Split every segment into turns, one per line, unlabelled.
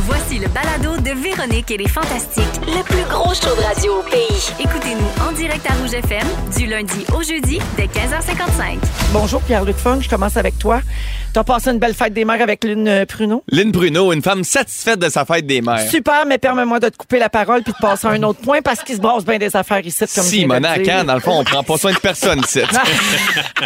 Voici le balado de Véronique et les Fantastiques.
Le plus gros show de radio au pays.
Écoutez-nous en direct à Rouge FM du lundi au jeudi dès 15h55.
Bonjour Pierre-Luc Funk, je commence avec toi. T'as passé une belle fête des mères avec Lune euh, Pruneau.
Lynn Pruneau, une femme satisfaite de sa fête des mères.
Super, mais permets-moi de te couper la parole puis de passer à un autre point parce qu'il se brasse bien des affaires ici. Comme
Si,
je viens de
Mona, à
dire.
Cannes, dans le fond, on prend pas soin de personne ici.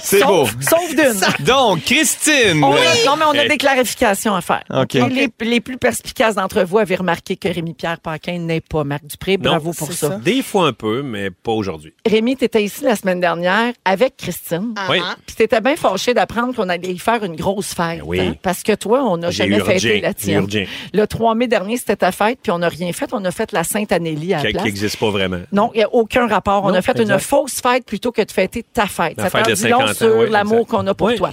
C'est beau.
Sauf, sauf d'une.
Donc, Christine.
On a- non, mais on a
Eh,
des clarifications à faire.
OK.
Et Les, les plus perspicaces d'entre vous avaient remarqué que Rémi-Pierre Paquin n'est pas Marc Dupré.
Non,
Bravo pour
c'est
ça.
Des fois un peu, mais pas aujourd'hui.
Rémi, tu étais ici la semaine dernière avec Christine.
Oui.
Puis t'étais bien fâché d'apprendre qu'on allait y faire une grosse fête.
Ben oui.
hein, parce que toi, on n'a
J'ai
jamais
urgé,
fêté la
j'ai
tienne.
urgé.
Le 3 mai dernier, c'était ta fête, puis on n'a rien fait. On a fait la Sainte-Anélie à la
Qui
place.
n'existe pas vraiment.
Non, il n'y a aucun rapport. on
Non,
a fait une
exact.
fausse fête plutôt que de fêter ta fête.
La
ça
fête
parle
de
du long
50 ans,
sur
oui,
l'amour
exact.
qu'on a pour
Oui.
toi.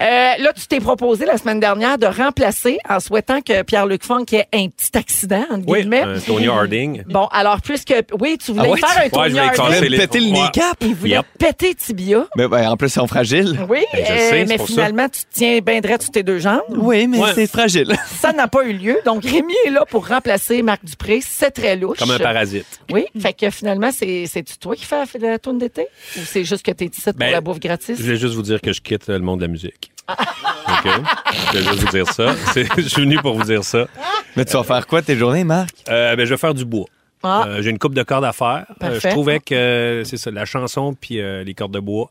Euh, là, tu t'es proposé la semaine dernière de remplacer en souhaitant que Pierre-Luc Funk ait un petit accident, entre
Oui,
guillemets.
un Tony Harding.
Bon, alors, puisque... Oui, tu voulais
Ah ouais,
faire un
tu-
Tony
je voulais
Harding.
On
casser
voulait
les-
péter le
Ouais.
kneecap.
Il voulait
Yep.
péter tibia.
Mais ben, en plus, ils sont fragiles.
Oui,
Ben, je
euh,
sais, c'est
mais
pour ça.
finalement, tu te tiens bien droit sur tes deux jambes.
Oui, mais
Ouais.
c'est fragile.
Ça n'a pas eu lieu. Donc, Rémi est là pour remplacer Marc Dupré. C'est très louche.
Comme un parasite.
Oui, fait que finalement, c'est- c'est-tu toi qui fais la- la tourne d'été? Ou c'est juste que t'es ici pour
Ben,
la bouffe gratis? Ah.
Je voulais juste vous dire que je quitte euh, le monde de la musique. OK? Je voulais juste vous dire ça. C'est- Je suis venu pour vous dire ça.
Mais tu vas faire quoi tes journées, Marc?
Euh, ben, je vais faire du bois.
Ah.
Euh, J'ai une coupe de cordes à faire. Euh,
Parfait.
je trouvais que euh, c'est ça, la chanson puis euh, les cordes de bois,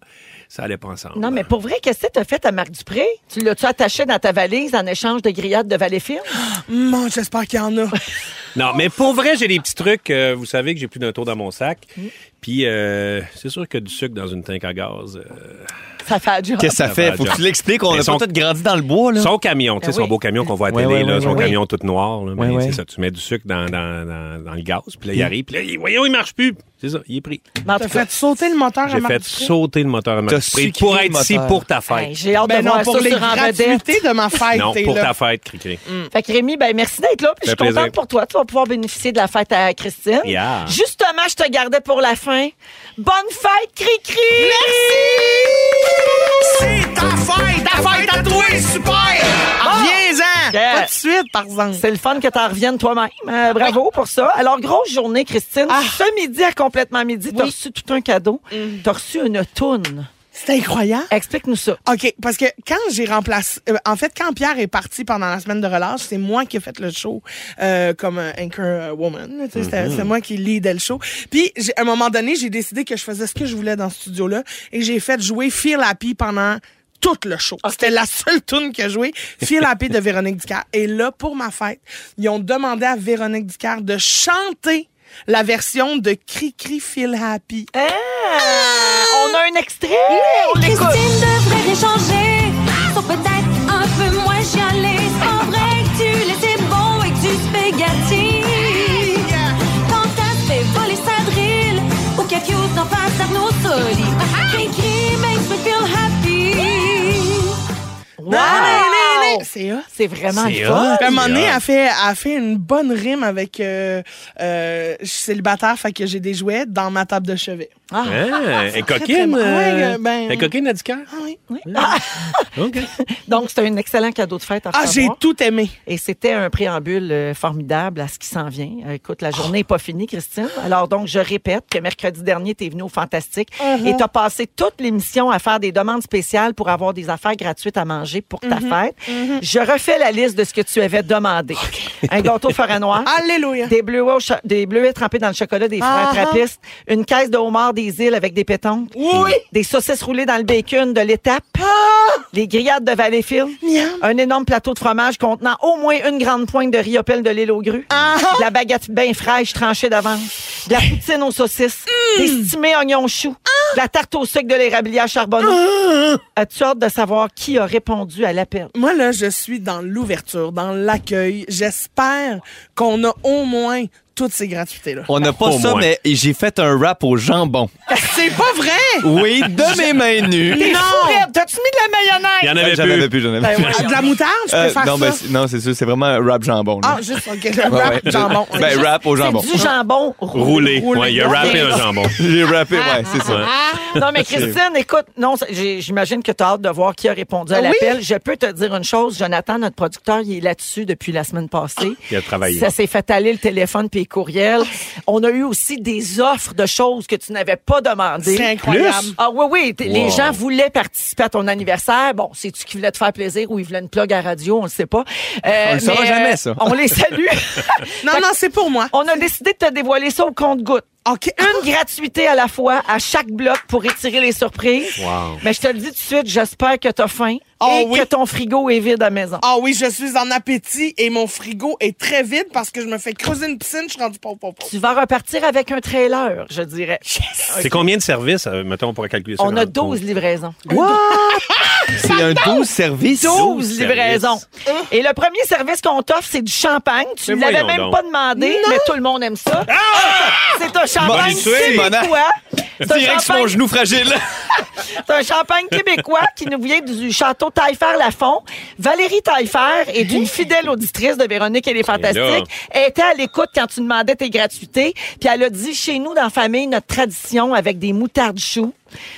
ça allait pas ensemble.
Non, mais pour vrai, qu'est-ce que t'as fait à Marc Dupré? Tu l'as-tu attaché dans ta valise en échange de grillades de Valéfilm?
Mon, j'espère qu'il y en a.
Non, mais pour vrai, j'ai des petits trucs. euh, vous savez que j'ai plus d'un tour dans mon sac.
Mm.
Puis euh, c'est sûr que du sucre dans une tank à gaz. euh,
Ça fait du
Qu'est-ce que ça
Ça
fait?
va,
Faut que
John.
tu l'expliques. On
Mais
a
son-
peut-être grandi dans le bois, là.
Son camion, tu sais,
Ben oui.
son beau camion qu'on voit à
Ouais,
télé,
ouais,
là,
ouais,
son
ouais.
camion tout noir. Là, mais
Ouais, Mm. ouais.
c'est ça, tu mets du sucre dans, dans, dans, dans le gaz, puis là, il arrive, puis là, il, voyons, il marche plus. C'est ça, il est pris.
Mais en tout
T'as
cas,
fait sauter le moteur à
J'ai
Marc
fait
Dupré?
sauter le moteur à ma
T'as
surprise
sucré
pour
le
être ici
moteur.
pour ta fête.
hey, j'ai hâte
Ben
de
non,
voir
pour
ça
les
sur en vedette.
gratuités de ma fête.
non,
t'es
pour
là. Mm.
ta fête, Cricri. Hein?
Fait que Rémi, ben merci d'être là, puis
Ça
je suis
fait plaisir.
contente pour toi. Tu vas pouvoir bénéficier de la fête à Christine.
Yeah.
Justement, je te gardais pour la fin. Bonne fête, Cri-Cri!
C'est ta fête! Ta fête à toi, super! Ah! Viens-en!
Yeah.
Pas de suite, par exemple.
C'est le fun que t'en reviennes toi-même. Euh, bravo pour ça. Alors, grosse journée, Christine.
Ah. Mm.
Ce midi à complètement midi, t'as reçu tout un cadeau. T'as reçu une toune.
C'est incroyable.
Explique-nous ça.
OK, parce que quand j'ai remplacé... euh, en fait, quand Pierre est parti pendant la semaine de relâche, c'est moi qui ai fait le show euh, comme euh, anchor woman. là, tu sais, C'était c'est moi qui leadais le show. Puis, j'ai- à un moment donné, j'ai décidé que je faisais ce que je voulais dans ce studio-là et j'ai fait jouer Feel Happy pendant tout le show. C'était la seule tune que j'ai jouée, Feel Happy de Véronique Dicard. Et là, pour ma fête, ils ont demandé à Véronique Dicard de chanter la version de Cri-Cri Feel Happy.
Ah! Euh, On a un extrait. On l'écoute.
Christine devrait échanger, sont peut-être un peu moins chialée. C'est pas vrai que tu laissais bon et que tu spaghetti. Quand t'as fait voler sa drill, ou qu'Afius en face Arnaud Soli. Cri-cri makes me feel happy.
Wow!
C'est hot.
C'est vraiment
C'est
le fun.
Puis à un moment donné,
Yeah.
elle fait, elle fait une bonne rime avec euh, euh, Je suis célibataire, fait que j'ai des jouets dans ma table de chevet.
Ah.
Hein? Et
très
coquine.
bon.
euh,
Ouais, ben-
Et coquine, Nadika?
Ah oui.
OK.
Donc, c'était un excellent cadeau de fête à
Ah, j'ai
recevoir.
tout aimé.
Et c'était un préambule euh, formidable à ce qui s'en vient. Euh, Écoute, la journée n'est pas finie, Christine. Alors donc, je répète que mercredi dernier, tu es venu au Fantastique et tu as passé toute l'émission à faire des demandes spéciales pour avoir des affaires gratuites à manger pour ta fête. Je refais la liste de ce que tu avais demandé. Un gâteau forêt noire.
Ah, Alléluia.
Des bleuets, au cho- des bleuets trempés dans le chocolat des frères
Ah, ah.
Trappistes. Une caisse de homard des îles avec des pétons.
Oui. Ah!
Des saucisses roulées dans le bacon de l'étape. Les grillades de Valleyfield.
Miam.
Un énorme plateau de fromage contenant au moins une grande pointe de riopelle de l'île aux grues.
Ah!
De la baguette bien fraîche tranchée d'avance. De la poutine aux saucisses.
Mm.
Des stimés oignons choux.
Ah!
De la tarte au sucre de l'érablière charbonneau. As-tu hâte de savoir qui a répondu à l'appel?
Moi, là, je suis dans l'ouverture, dans l'accueil. J'espère qu'on a au moins toutes ces gratuités-là.
On n'a pas
Au
ça,
moins.
mais j'ai fait un rap au jambon.
C'est pas vrai!
Oui, de mes mains nues.
Non!
Fred, T'as-tu mis de la mayonnaise?
Il y en avait
J'en avais
plus.
plus, j'en avais plus.
Ah, De la moutarde, je Ben peux
Ben Euh,
faire
non,
ça.
mais c'est- non, c'est sûr, c'est vraiment un rap jambon. là.
Ah, juste, OK, le
Ouais,
rap
ouais.
jambon.
Ben, rap au jambon.
C'est du jambon
Roulé.
roulé.
Roulé.
Ouais, il a rappé un jambon.
J'ai rappé, ouais, c'est ça.
Non, mais Christine, écoute, non, ça- j'ai- j'imagine que tu as hâte de voir qui a répondu à
Oui.
l'appel. Je peux te dire une chose, Jonathan, notre producteur, il est là-dessus depuis la semaine passée.
Il a travaillé.
Ça s'est fait aller le téléphone puis les courriels. On a eu aussi des offres de choses que tu n'avais pas demandées.
C'est incroyable.
Ah oui, oui. t- Les gens voulaient participer à ton anniversaire. Bon, c'est-tu qui voulait te faire plaisir ou ils voulaient une plug à radio, on ne sait pas. Euh,
On le saura
mais,
jamais, ça.
On les salue.
Non, non, c'est pour moi.
on a décidé de te dévoiler ça au compte-goutte.
OK,
Une gratuité à la fois à chaque bloc pour étirer les surprises.
Wow.
Mais je te le dis tout de suite, j'espère que t'as faim
Oh
et
oui.
que ton frigo est vide à la maison.
Ah oui, je suis en appétit et mon frigo est très vide parce que je me fais creuser une piscine, je suis rendu pauvre, pauvre, pauvre.
Tu vas repartir avec un trailer, je dirais.
C'est combien de services, euh, mettons, on pourrait calculer ça?
On
dans
a
notre compte?
12 livraisons.
C'est un doux service.
12 livraisons.
services.
Et le premier service qu'on t'offre, c'est du champagne. Tu ne
Mais
l'avais
voyons
même
donc.
pas demandé, mais tout le monde aime ça. C'est un champagne
Bonne suite,
québécois. C'est un
Direct sur
champagne
mon genou fragile.
C'est un champagne québécois qui nous vient du château Taillefer-Lafont. Valérie Taillefer est une fidèle auditrice de Véronique et les Fantastiques. Elle était à l'écoute quand tu demandais tes gratuités. Puis elle a dit, chez nous, dans la famille, notre tradition avec des moutardes choux,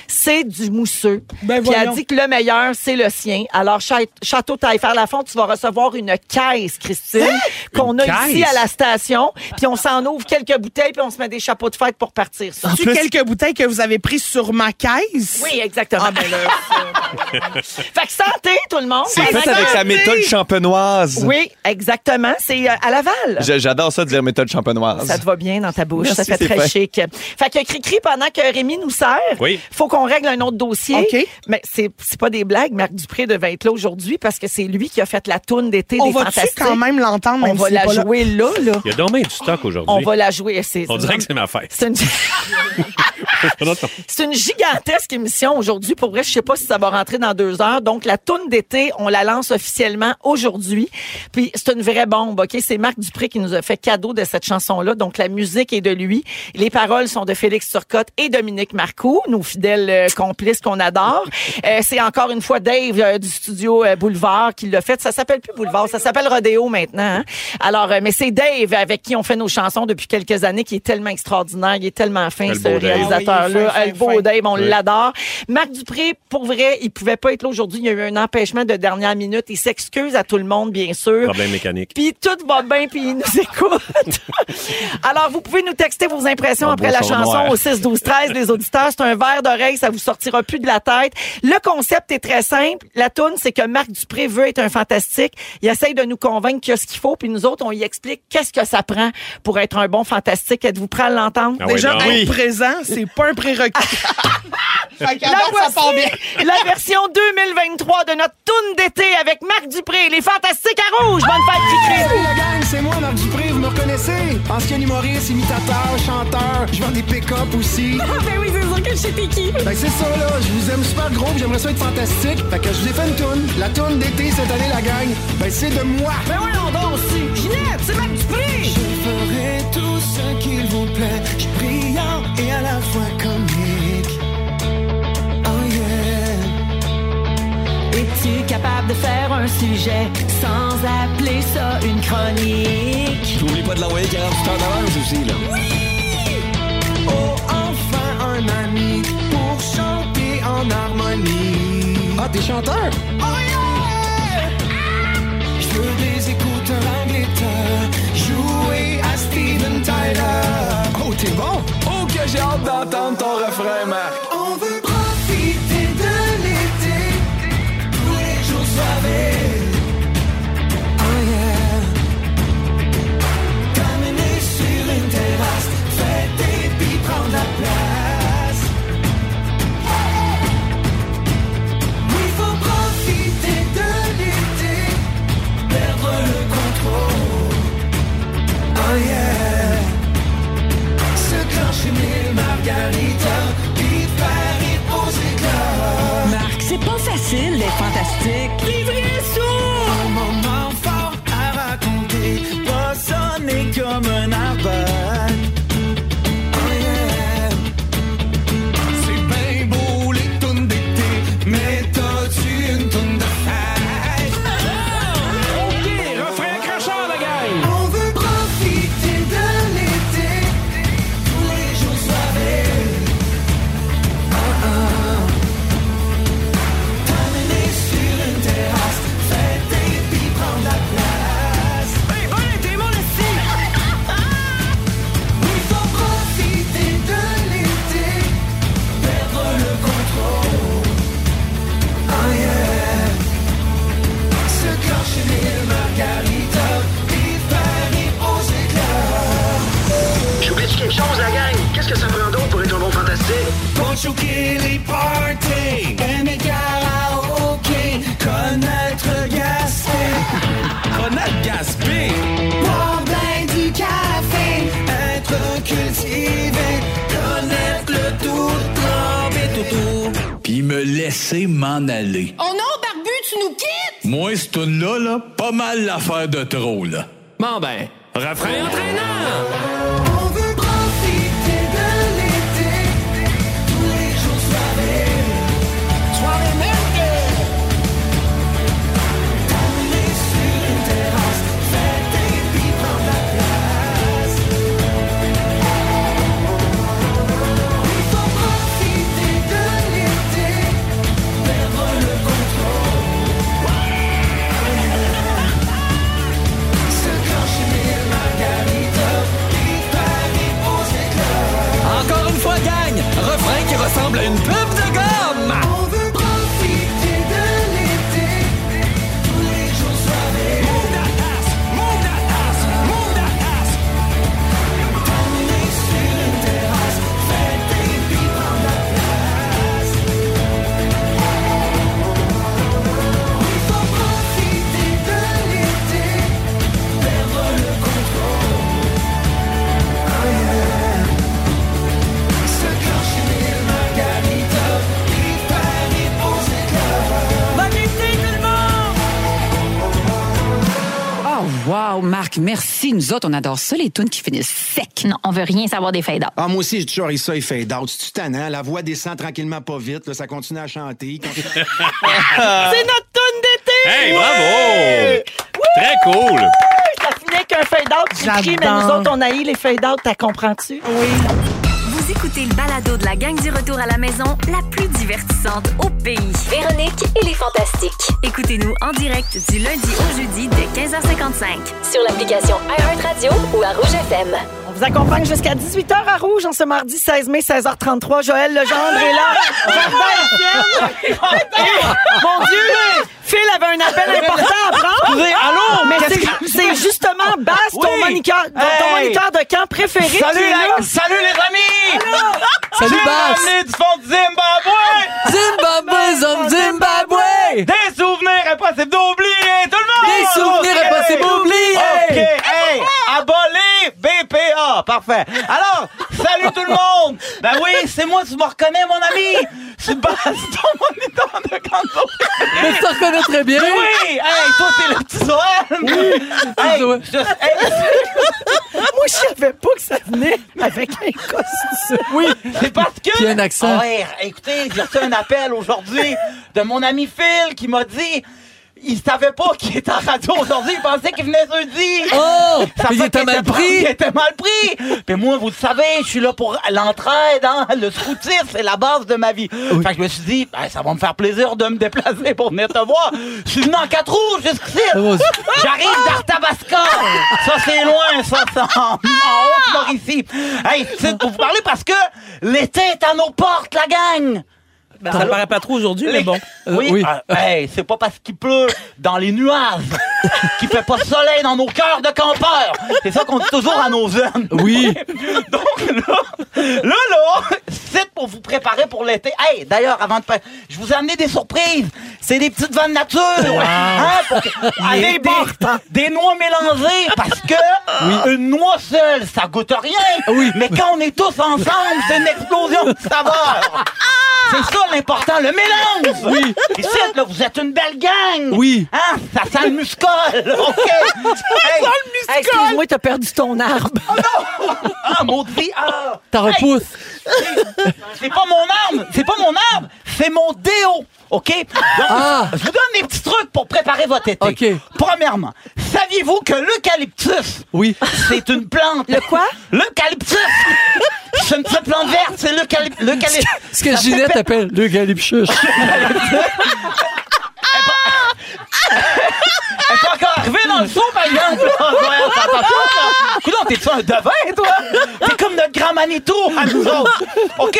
c'est du mousseux.
Ben
Puis elle
voyons.
dit que le meilleur, c'est le sien. Alors, cha- Château Taillefer-Lafont, tu vas recevoir une caisse, Christine, qu'on
Hein?
Une
a ici
caisse?
à la station. Puis on s'en ouvre quelques bouteilles, puis on se met des chapeaux de fête pour partir. ça.
Tu quelques bouteilles que vous avez prises sur ma caisse?
Oui, exactement.
Ah, ben là,
Fait que santé, tout le
Oh
monde.
C'est fait
Santé.
avec la méthode champenoise.
Oui, exactement. C'est euh, à Laval.
J'a- J'adore ça de dire méthode champenoise.
Ça te va bien dans ta bouche.
Merci,
ça fait
c'est
très
fin.
chic. Fait que Cricri, pendant que Rémi nous sert,
Oui.
faut qu'on règle un autre dossier.
OK.
Mais c'est c'est pas des blagues, Marc Dupré devait être là aujourd'hui parce que c'est lui qui a fait la toune d'été
on
des
va-tu
Fantastiques.
quand même l'entendre,
On
même
va
s'il est
la
pas là?
jouer là, là.
Il y a donc bien du stock aujourd'hui.
On va la jouer. C'est-
On dirait que c'est ma fête.
c'est une... C'est une gigantesque émission aujourd'hui. Pour vrai, je sais pas si ça va rentrer dans deux heures. Donc, la tourne d'été, on la lance officiellement aujourd'hui. Puis, c'est une vraie bombe, OK? C'est Marc Dupré qui nous a fait cadeau de cette chanson-là. Donc, la musique est de lui. Les paroles sont de Félix Turcotte et Dominique Marcoux, nos fidèles euh, complices qu'on adore. Euh, c'est encore une fois Dave euh, du studio euh, Boulevard qui l'a fait. Ça s'appelle plus Boulevard, ça s'appelle Rodéo maintenant. hein. Alors, euh, mais c'est Dave avec qui on fait nos chansons depuis quelques années qui est tellement extraordinaire. Il est tellement fin,
Quel
ce
beau Dave.
réalisateur-là.
Ah oui, il est fin,
Euh, le beau
fin, fin.
Dave. Dave, on l'adore. Marc Dupré, pour vrai, il pouvait pas être là aujourd'hui. Il y a eu un empêchement de dernière minute. Il s'excuse à tout le monde, bien sûr.
Problème mécanique.
Puis tout va bien, puis il nous écoute. Alors, vous pouvez nous texter vos impressions
Un
après
beau
la
son
chanson
noir.
au 6 12 13 les auditeurs. C'est un verre d'oreille, ça vous sortira plus de la tête. Le concept est très simple. La toune, c'est que Marc Dupré veut être un fantastique. Il essaye de nous convaincre qu'il y a ce qu'il faut, puis nous autres, on y explique qu'est-ce que ça prend pour être un bon fantastique. Êtes-vous prêt à l'entendre?
Ah ouais,
Déjà,
non.
être
Oui.
présent, c'est pas un prérequis. fait qu'à
La
date, ça
voici,
part bien.
la version 2023 de notre toune d'été avec Marc Dupré, les fantastiques à rouge. Bonne fête, Cricri.
Salut la gang, c'est moi Marc Dupré, vous me reconnaissez? Ancien humoriste, imitateur, chanteur, je vends des pick-up aussi.
Ben oui, c'est sûr que je sais t'es qui.
Ben c'est ça là, je vous aime super gros, puis j'aimerais ça être fantastique. Fait que je vous ai fait une toune, la toune d'été cette année la gang. Ben c'est de moi.
Ben voyons donc aussi. Ginette, c'est Marc Dupré.
Je ferai tout ce qu'il vous plaît, je suis brillant et à la fois comique. Oh yeah.
Es-tu capable de faire un sujet sans appeler ça une chronique?
N'oublie pas de l'envoyer 48 heures d'avance aussi, là. Oui! Oh, enfin un ami pour chanter en harmonie. Ah, t'es chanteur? Oh yeah! Je veux des écouteurs à guitare, jouer à Steven Tyler. Oh, t'es bon? Oh, que j'ai hâte d'entendre ton refrain, Marc. On veut profiter de l'été, tous les jours soirées. Oh yeah! Terminer sur une terrasse, fêter puis prendre la place. Oui, faut profiter de l'été, perdre le contrôle. Oh yeah! Se clencher mille margaritas, puis Paris aux éclats.
Marc, c'est pas facile d'être fantastique.
Un moment fort à raconter, pas sonner comme un arbre.
gaspiller. Boire ben du café, être cultivé, connaître le tout, tremper tout autour.
Puis me laisser m'en aller.
Oh non, Barbu, tu nous quittes!
Moi, ce tune-là, là, pas mal l'affaire de trop, là.
Bon ben, refrain entraînant!
On veut profiter de l'été, tous les jours soirée, soirée merveilleuse. T'arrives sur une terrasse, fête et puis prends la place. Il faut profiter de l'été, perdre le contrôle. Se clencher les margaritas, préparer aux éclats.
Encore une fois, gang, refrain qui ressemble à une pub de gomme!
On veut profiter de l'été, tous les jours soirée.
Move that ass, move that ass, move that ass.
T'emmener sur une terrasse, fête et puis prendre la place. Il faut profiter de l'été, perdre le contrôle. Oh yeah. Se clencher mille margaritas, préparer aux éclats. Bonne nuit tout le monde!
Oh, wow, Marc, merci. Nous autres, on adore ça, les tunes qui finissent sec.
Non, on veut rien savoir des fade
Ah, moi aussi, j'ai toujours eu ça, il fait out. C'est tannant. La voix descend tranquillement pas vite. Là, ça continue à chanter.
C'est notre tune d'été!
Hey, bravo! Très cool!
Ça finit qu'un fade-out qui crie, mais nous
J'adore.
autres, on haït les fade-out, t'as comprends-tu?
Vous écoutez le balado de la gang du retour à la maison, la plus divertissante au pays.
Véronique et les Fantastiques.
Écoutez-nous en direct du lundi au jeudi dès 15h55.
Sur l'application iHeartRadio ou à Rouge FM.
On vous accompagne jusqu'à 18h à Rouge en ce mardi 16 mai, 16h33. Joël Legendre est là. Jardin
Oh,
Etienne. Et, Mon Dieu! Phil avait un appel important à prendre.
allô?
Mais
Qu'est-ce
c'est
que- Ah,
c'est justement Bass, ton,
Oui.
moniteur, ton
Hey.
moniteur de camp préféré. qui est là.
salut les amis!
Salut,
Ah,
Babs!
ramené du fond de Zimbabwe!
Zimbabwe, hommes Zimbabwe!
Des souvenirs impossibles d'oublier! Tout le
Des souvenirs
Ok.
impossibles
OK,
oubliés!
hey, abolis BPA, parfait. Alors, salut tout le monde. Ben oui, c'est moi, tu me reconnais, mon ami. C'est Baston, mon étant de canto.
Mais tu te reconnais très bien!
Oui, hey, toi, t'es le petit Joël. Hey,
Joël.
je- hey,
Moi, je savais pas que ça venait avec un costume.
Oui!
c'est parce que...
Puis un accent.
Ah ouais, écoutez, j'ai reçu un appel aujourd'hui de mon ami Phil qui m'a dit... Il savait pas qu'il était en radio aujourd'hui, il pensait qu'il venait jeudi.
Oh!
Ça
Puis il
fait
était
qu'il
mal
Il
pris!
était mal pris. Puis moi, vous le savez, je suis là pour l'entraide. Hein? Le scoutisme, c'est la base de ma vie. Fait que je me suis dit, ben, ça va me faire plaisir de me déplacer pour venir te voir. Je suis venu en quatre roues jusqu'ici.
bon,
J'arrive d'Arthabasca. Ça, c'est loin, ça, ça. En haute Mauricie. Hey, c'est pour vous parler parce que l'été est à nos portes, la gang.
Ça me paraît pas trop aujourd'hui,
Les- oui, euh, hey, c'est pas parce qu'il pleut dans les nuages qu'il fait pas soleil dans nos cœurs de campeurs. C'est ça qu'on dit toujours à nos jeunes.
Oui!
Donc là, là, là, c'est pour vous préparer pour l'été. Hey, d'ailleurs, avant de pa- je vous ai amené des surprises. C'est des petites vannes nature. Hein, pour que- avec des, des noix mélangées parce que une noix seule, ça goûte rien.
Oui.
Mais quand on est tous ensemble, c'est une explosion de saveurs. C'est ça l'important, le mélange. Ah. Oui. Ici, là, vous êtes une belle gang.
Oui.
Hein, ça sent le muscol. OK. Ça sent le
Hey, Excuse-moi, t'as perdu ton arbre.
Ah, maudit. Ah.
T'en
Hey,
repousses!
c'est pas mon arme, c'est pas mon arbre, c'est mon déo. OK? Donc,
Ah.
je vous donne des petits trucs pour préparer votre été.
OK.
Premièrement, saviez-vous que l'eucalyptus,
Oui!
c'est une plante. Le
quoi?
L'eucalyptus. c'est une petite plante verte, c'est l'eucalyptus.
Ce que Ginette appelle le galipchuche!
Elle est encore arrivée dans le saut, par exemple. Ah, ouais, ça t'en fout, là. Coudon, t'es-tu un devin, toi? T'es comme notre grand Manitou à nous autres. OK.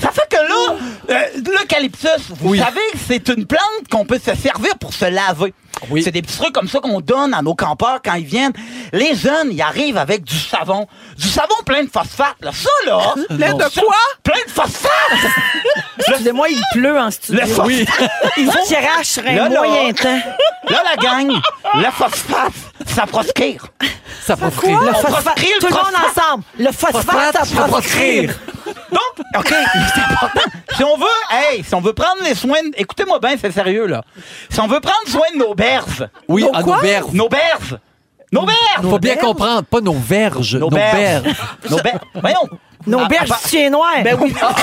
Ça fait que là, euh, l'eucalyptus, vous
Oui.
savez que c'est une plante qu'on peut se servir pour se laver.
Oui.
C'est des petits trucs comme ça qu'on donne à nos campeurs quand ils viennent. Les jeunes, ils arrivent avec du savon. Du savon plein de phosphate, là. Ça, là.
Plein de
ça-
quoi?
Plein de phosphate!
Excusez-moi, il pleut en studio.
Le phosphate.
Il crache un
Là, là.
moyen temps.
Là, la gang, le phosphate, ça proscrire.
Ça
proscrire. Le
On
phosphate.
proscrire
Tout le monde
phosphate.
ensemble. Le phosphate, ça proscrire.
Donc, OK, c'est important. Si on veut, hey, si on veut prendre les soins, de- écoutez-moi bien, c'est sérieux, là. Si on veut prendre soin de nos berges.
Oui, Nos à nos quoi? berges.
Nos berges. Nos berges.
Faut bien comprendre, pas nos verges, nos
berges.
berges.
Nos berges. Voyons.
Nos
Ah,
berges
ah,
du chien noir.
Ben oui. Ah.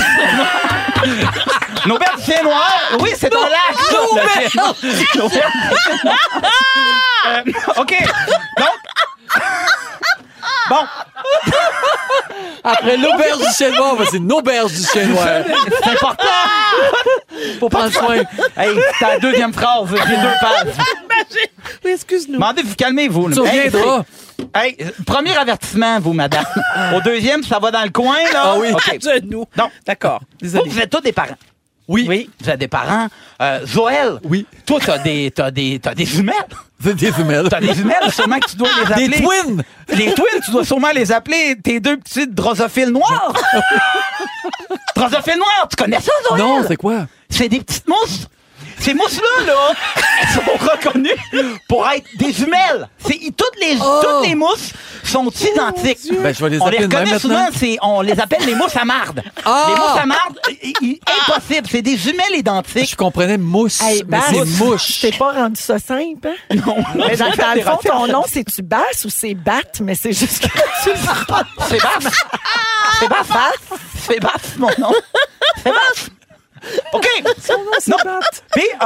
nos berges du chien noir. Oui, c'est un
Nos-
lac.
Ah,
ça,
nos
le
berges.
chien- Nos berges. Euh, OK. Donc. Bon.
Après l'auberge du chien noir, ben, c'est une auberge du chien noir.
C'est important.
Faut prendre soin.
Hey, c'est la deuxième phrase. J'ai deux pages.
Oui, excuse-nous.
Demandez, vous calmez-vous. là.
Tu reviendras.
Hey, hey, premier avertissement, vous, madame. Au deuxième, ça va dans le coin, là.
Ah oui.
OK.
Nous.
Donc,
D'accord.
vous, vous êtes tous des parents.
Oui.
Oui, vous êtes des parents. Euh, Joël. Oui. Toi, t'as des, t'as des, t'as des jumelles.
C'est des jumelles.
T'as des jumelles, sûrement que tu dois les appeler.
Des twins.
Les twins, tu dois sûrement les appeler tes deux petites drosophiles noires. drosophiles noires, tu connais ça, Joël?
Non, c'est quoi?
C'est des petites mousses. Ces mousses-là, là, elles sont reconnues pour être des jumelles. C'est, toutes, les,
Oh.
toutes les mousses sont identiques.
Ben, je vais les
on
appeler
les
de même
reconnaît souvent,
maintenant.
c'est, on les appelle les mousses à marde.
Ah.
Les mousses à marde, i- i- impossible. C'est des jumelles
Je
identiques.
comprenais mousse,
Hey,
mais
Bass,
c'est mouche.
t'es pas rendu ça simple, hein?
Non.
Mais dans, dans le fond,
C'est
ton nom, c'est-tu Bass ou c'est Bat? Mais c'est juste que tu le dis pas.
basse. C'est basse. C'est basse, hein. mon nom. C'est basse. OK. Non. Puis, euh,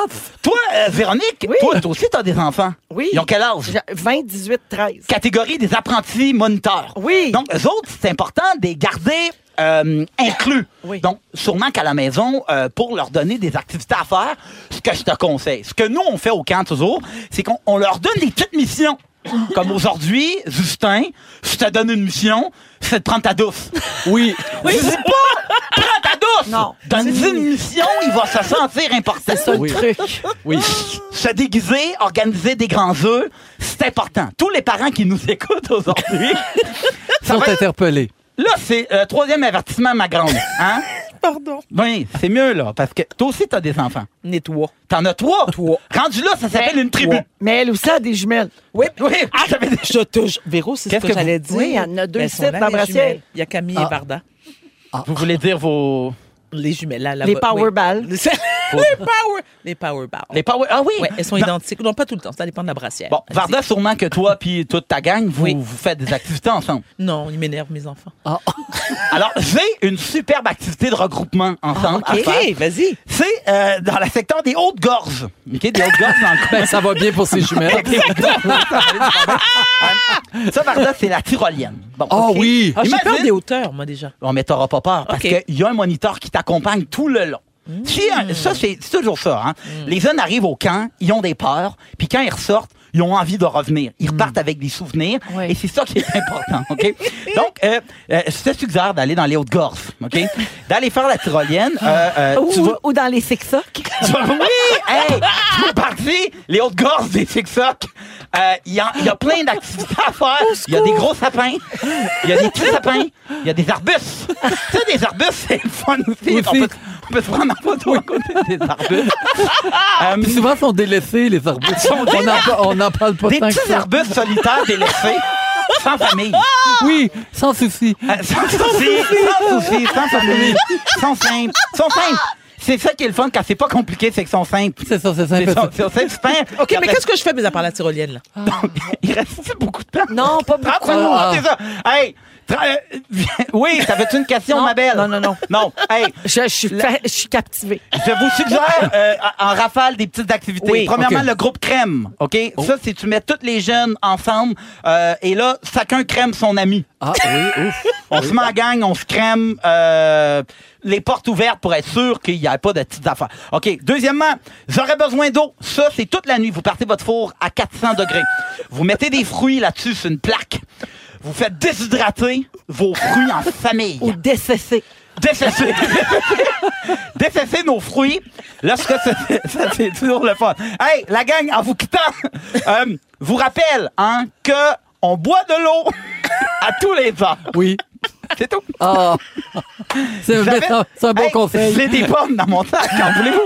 toi, euh, Véronique,
Oui.
toi, toi aussi, t'as des enfants.
Oui.
Ils ont quel âge?
J'ai 20, 18, 13.
Catégorie des apprentis moniteurs.
Oui.
Donc, eux autres, c'est important de les garder euh, inclus.
Oui.
Donc, sûrement qu'à la maison, euh, pour leur donner des activités à faire, ce que je te conseille, ce que nous, on fait au camp toujours, c'est qu'on on leur donne des petites missions. Comme aujourd'hui, Justin, je te donne une mission, c'est de prendre ta douce.
Oui.
Oui. Dis pas, prends ta douce!
Non.
Donne-lui une mission, il va se sentir important.
C'est ça le
Oui.
truc.
Oui.
Se déguiser, organiser des grands œufs, c'est important. Tous les parents qui nous écoutent aujourd'hui, ça
Sont
va être-
interpellés.
Là, c'est euh, troisième avertissement, ma grande. Hein?
Pardon.
Oui, c'est mieux, là, parce que toi aussi, t'as des enfants.
Nettoie.
T'en as trois. Rendu là, ça s'appelle une tribu.
Mais elle aussi a des jumelles.
Oui, oui. Ah, j'avais des-
Je touche. Véro, c'est ce
Qu'est-ce
que,
que
j'allais dire.
Oui, il y en a deux
Ben,
ici,
son nom,
dans
les
Brassière.
jumelles. Il y a Camille
Ah.
et Varda.
Vous voulez dire vos.
Les jumelles, là, là
Les Powerball.
Les power. Les powerballs.
Les pas... Ah oui.
Ouais, elles sont
Non.
identiques. Non, pas tout le temps. Ça dépend de la brassière.
Bon, Varda, sûrement que toi puis toute ta gang, vous, vous faites des activités ensemble.
Non, ils m'énervent, mes enfants.
Alors, j'ai une superbe activité de regroupement ensemble.
Ah,
Ah,
à faire.
vas-y.
C'est euh, dans le secteur des hautes gorges. OK, des hautes gorges dans le coin.
Ben, ça va bien pour ces jumelles.
Ça, Varda, c'est la tyrolienne. Bon,
Ah
OK.
oui.
Ah, j'ai
Imagine-
peur des hauteurs, moi, déjà.
Bon, mais t'auras pas peur parce
OK. Mm.
qu'il y a un moniteur qui t'accompagne tout le long. Si un- ça, c'est c'est toujours ça. hein. Les jeunes arrivent au camp, ils ont des peurs, puis quand ils ressortent, ils ont envie de revenir.
Mm.
Ils repartent avec des souvenirs,
Oui.
et c'est ça qui est important. ok Donc, euh, euh, je te suggère d'aller dans les Hautes-Gorges, ok d'aller faire la tyrolienne. euh, euh,
Ou,
tu vas-
ou dans les sexocs.
tu vas- oui! Hey! Tu veux partie, les hautes gorges des TikTok. Euh, Il y, a- il y a plein d'activités à faire. Il y a des gros sapins. Il y a des petits sapins. Il y a des arbustes. tu sais, des arbustes, c'est le fun aussi.
Aussi.
On, peut, on peut se prendre en photo à côté des arbustes. Euh,
Puis souvent, ils sont délaissés, les arbustes. On n'en pa- on n'en parle pas
des
tant que
petits
ça.
arbustes solitaires délaissés. Sans famille.
Oui, sans souci.
Euh, sans souci. Sans souci. Sans famille. Sans simple. Sans simple. C'est ça qui est le fun quand c'est pas compliqué, c'est que sont simples.
C'est ça, c'est
C'est
simple.
sont- sont simples, super.
OK, mais qu'est-ce que je fais, mais à part la tyrolienne, là?
Ah. Il reste beaucoup de temps.
Non, pas
Ah,
beaucoup.
c'est ça, c'est ça. Hey! tra- euh, oui, t'avais-tu une question,
Non,
ma belle?
non, non, non.
Non, hey,
Je, je suis, fa- je suis captivée.
je vous suggère euh, en rafale des petites activités.
Oui,
Premièrement,
ok. Oh.
le groupe crème, OK? Ça, c'est tu mets tous les jeunes ensemble euh, et là, chacun crème son ami.
Ah oui, ouf.
On se met en gang, on se crème euh, les portes ouvertes pour être sûr qu'il n'y a pas de petites affaires. OK. Deuxièmement, j'aurais besoin d'eau. Ça, c'est toute la nuit. Vous partez votre four à 400 degrés. Vous mettez des fruits là-dessus sur une plaque. Vous faites déshydrater vos fruits en famille.
Ou DCC.
Défesser. Défesser nos fruits. Lorsque ça, ça, c'est toujours le fun. Hey, la gang, en vous quittant, euh, vous rappelle hein, que on boit de l'eau à tous les ans.
Oui.
C'est tout.
Ah. C'est un-
J'avais-
c'est un- c'est un bon conseil.
J'ai des pommes dans mon sac, en voulez-vous?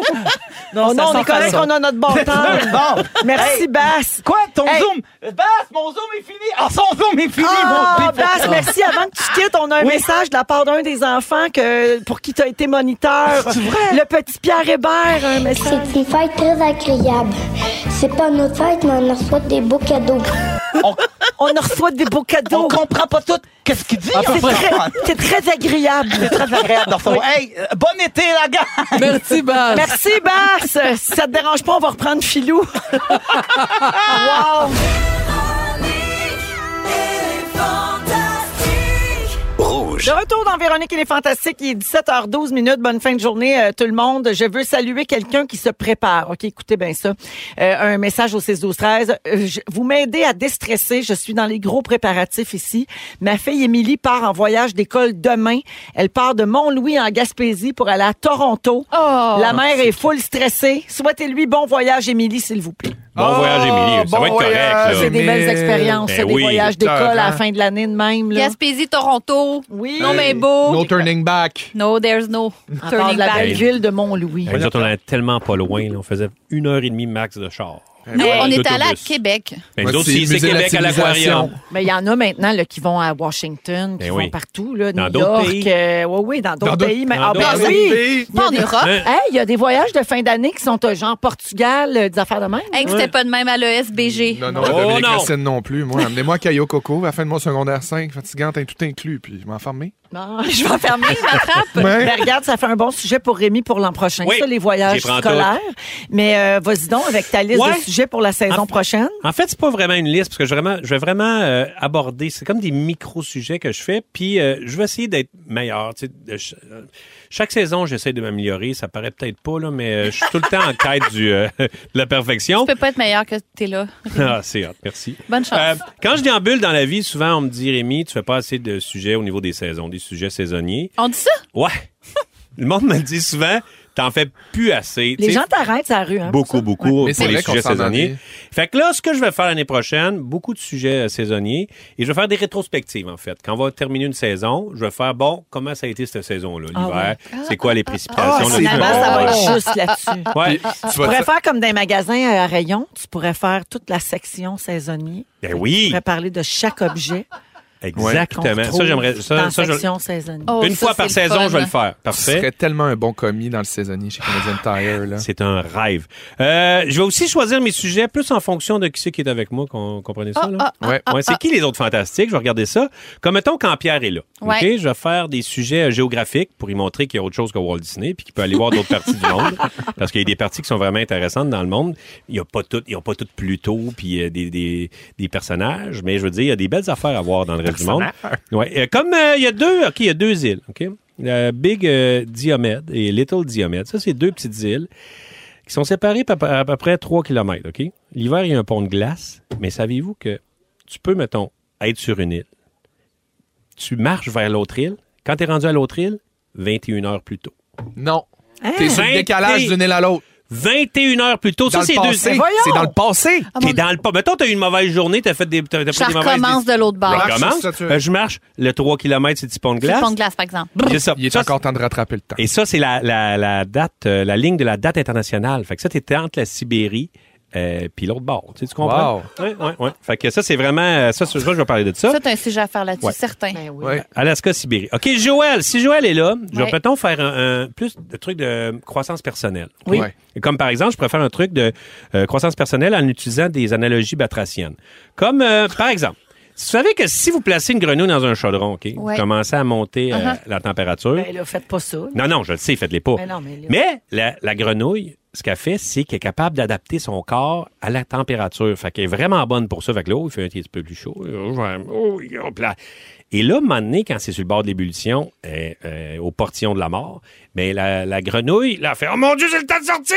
Non,
ça
Oh non, on
sent
est correct,
façon.
on a notre bon
C'est
temps.
sûr, bon.
Merci,
Hey.
Bass.
Quoi, ton
Hey.
zoom? Bass, mon zoom est fini. Ah, son zoom est fini,
Ah,
mon
Basse, merci. Avant que tu quittes, on a un
ben, Oui.
message de la part d'un des enfants que, pour qui tu as été moniteur.
C'est vrai?
Le petit Pierre Hébert, un message.
C'est une fête très agréable. C'est pas notre fête, mais on reçoit des beaux cadeaux.
On,
on reçoit des beaux cadeaux.
On comprend pas tout. Qu'est-ce qu'il dit?
Ah,
on
c'est très-
comprend.
C'est très agréable.
C'est très agréable de recevoir.
Oui.
Hey, euh, bon été, la gang!
Merci, Bass.
Merci, Basse. Si ça te dérange pas, on va reprendre Filou. wow. De retour dans Véronique, il est fantastique. Il est 17h12 minutes. Bonne fin de journée, euh, tout le monde. Je veux saluer quelqu'un qui se prépare. OK, écoutez bien ça. Euh, un message au 6 12 13 Euh, je- Vous m'aidez à déstresser. Je suis dans les gros préparatifs ici. Ma fille Émilie part en voyage d'école demain. Elle part de Mont-Louis en Gaspésie pour aller à Toronto.
Oh!
La mère est full stressée. Souhaitez-lui bon voyage, Émilie, s'il vous plaît.
Bon voyage, Émilie. Ça va être correct. là.
C'est des belles expériences,
Euh, Ben
ça, des
oui,
voyages
c'est clair,
d'école à la
hein.
fin de l'année de même. là.
Gaspésie, Toronto.
Oui.
Non, mais beau.
No
turning back. No, there's no
À part
turning
de la
back. Ben,
belle ville de Mont-Louis.
Ben, Nous autres, on allait tellement pas loin. là. On faisait une heure et demie max de char.
Non, on est allé à
D'autobus.
Québec.
Ben, nous
Moi,
autres,
c'est
c'est c'est
musée de la
Québec à l'aquarium.
Mais il y en a maintenant là, qui vont à Washington, qui
Ben
vont
oui.
partout, là,
Dans
New
d'autres
York.
pays.
euh, oui, oui, dans d'autres
d'autres-
pays. Mais,
dans
ah, ben
d'autres
oui.
pays.
Il y a
Pas en
des-
Europe.
Hey, il y a des voyages de fin d'année qui sont euh, genre Portugal, euh, des affaires de même.
Hey, que
Ouais.
C'était pas de même à l'ESBG.
Non, non,
Oh,
Dominique
non.
Racine non plus. Moi, amenez-moi à Caillou Coco, à la fin de mon secondaire 5, fatigante, hein, tout inclus, puis je vais m'enfermer.
Non, je vais fermer ma trappe.
Ouais.
Ben, regarde, ça fait un bon sujet pour Rémi pour l'an prochain,
Oui,
ça, les voyages
j'y prends
scolaires. Mais euh, vas-y donc avec ta liste
Ouais. Ah.
de sujets pour la saison prochaine.
En fait, c'est pas vraiment une liste parce que je vais vraiment, je vais vraiment euh, aborder. C'est comme des micro-sujets que je fais, puis euh, je vais essayer d'être meilleur. tu sais, de ch- euh, chaque saison, j'essaie de m'améliorer. Ça paraît peut-être pas là, mais euh, je suis tout le temps en quête du, euh, de la perfection.
Tu peux pas être meilleur que t'es là.
Ah, c'est hot, merci.
Bonne chance.
Euh, quand je déambule dans la vie, souvent on me dit Rémi, tu fais pas assez de sujets au niveau des saisons, des sujets saisonniers.
On dit ça?
Ouais. Le monde me le dit souvent, t'en fais plus assez. tu
Les
sais.
gens t'arrêtent sur la rue. Hein, pour
Beaucoup,
ça.
beaucoup
Mais c'est
pour les
vrai qu'on
sujets
s'en en
saisonniers.
est.
Fait que là, ce que je vais faire l'année prochaine, beaucoup de sujets euh, saisonniers, et je vais faire des rétrospectives, en fait. Quand on va terminer une saison, je vais faire, bon, comment ça a été cette saison-là,
Ah
l'hiver?
ouais.
C'est quoi les
Ah,
précipitations? les
finalement, ça va
orages?
juste Ah, là-dessus.
Ouais.
Tu pourrais faire comme dans les magasins euh, à rayon, tu pourrais faire toute la section saisonnier.
Ben oui.
Tu pourrais parler de chaque objet. qu'on
Exactement.
retrouve
Ça, j'aimerais. Ça,
dans
ça, je-
section Oh, saisonnière.
Une fois par saison, je vais le faire. Parfait.
Tu serais tellement un bon commis dans le saisonnier chez Canadian Tire. Là.
C'est un rêve. Euh, je vais aussi choisir mes sujets plus en fonction de qui c'est qui est avec moi. Com- comprenez ça? là? ouais. Ouais, c'est qui les autres fantastiques? Je vais regarder ça. Comme mettons quand Pierre est là.
Ouais.
OK? Je vais faire des sujets euh, géographiques pour y montrer qu'il y a autre chose que Walt Disney puis qu'il peut aller voir d'autres parties du monde. Parce qu'il y a des parties qui sont vraiment intéressantes dans le monde. Il y a pas tout, ils n'ont pas toutes Pluto puis euh, des, des, des personnages. Mais je veux dire, il y a des belles affaires à voir dans le reste du monde. Ouais. Euh, comme euh, il y a deux, OK, il y a deux îles. OK? Euh, Big euh, Diomède et Little Diomède. Ça, c'est deux petites îles qui sont séparés par- à peu près 3 km. OK? L'hiver, il y a un pont de glace, mais savez-vous que tu peux, mettons, être sur une île, tu marches vers l'autre île, quand tu es rendu à l'autre île, 21 heures plus tôt.
Non. T'es sur le décalage d'une île à l'autre.
21 heures plus tôt.
Dans
ça,
le
c'est deux.
passé. Mais voyons! C'est dans le passé.
T'es dans le pas. Mettons, t'as eu une mauvaise journée, t'as fait des, t'as, t'as
Ah, Je
pris des mauvaises
recommence de l'autre bord.
Je recommence. Euh, je marche le 3 km, c'est du pont de
Du
glace.
pont de glace, par exemple.
C'est ça.
Il est encore temps de rattraper le temps.
Et ça, c'est la, la, la date, euh, la ligne de la date internationale. Fait que ça, t'étais entre la Sibérie euh, puis l'autre bord. Tu, sais, tu comprends? Oui, oui, oui. Fait que ça, c'est vraiment... euh, Ça, c'est- ça, je vais parler de ça.
Ça, t'as un sujet à faire là-dessus,
Ouais.
certain.
Ben
Alaska, Sibérie. OK, Joël. Si Joël est là, je vais
Ouais.
peut-être faire un, un- plus de trucs de croissance personnelle.
Oui.
Ouais.
Comme par exemple, je préfère un truc de euh, croissance personnelle en utilisant des analogies batraciennes. Comme, euh, par exemple, si vous savez que si vous placez une grenouille dans un chaudron, OK, vous
Ouais.
commencez à monter euh,
Uh-huh.
la température.
Ben là, faites pas ça.
Non, non, je le sais, faites-les pas.
Mais
Mais,
non, mais là-
la, la grenouille, ce qu'elle fait, c'est qu'elle est capable d'adapter son corps à la température. Fait qu'elle est vraiment bonne pour ça. Fait que là, oh, il fait un petit peu plus chaud. Oh, j'aime. Oh, hop là. Et là, un moment donné, quand c'est sur le bord de l'ébullition, euh, euh, au portillon de la mort, mais la, la grenouille, là, elle fait « Oh mon Dieu, c'est le temps de sortir! »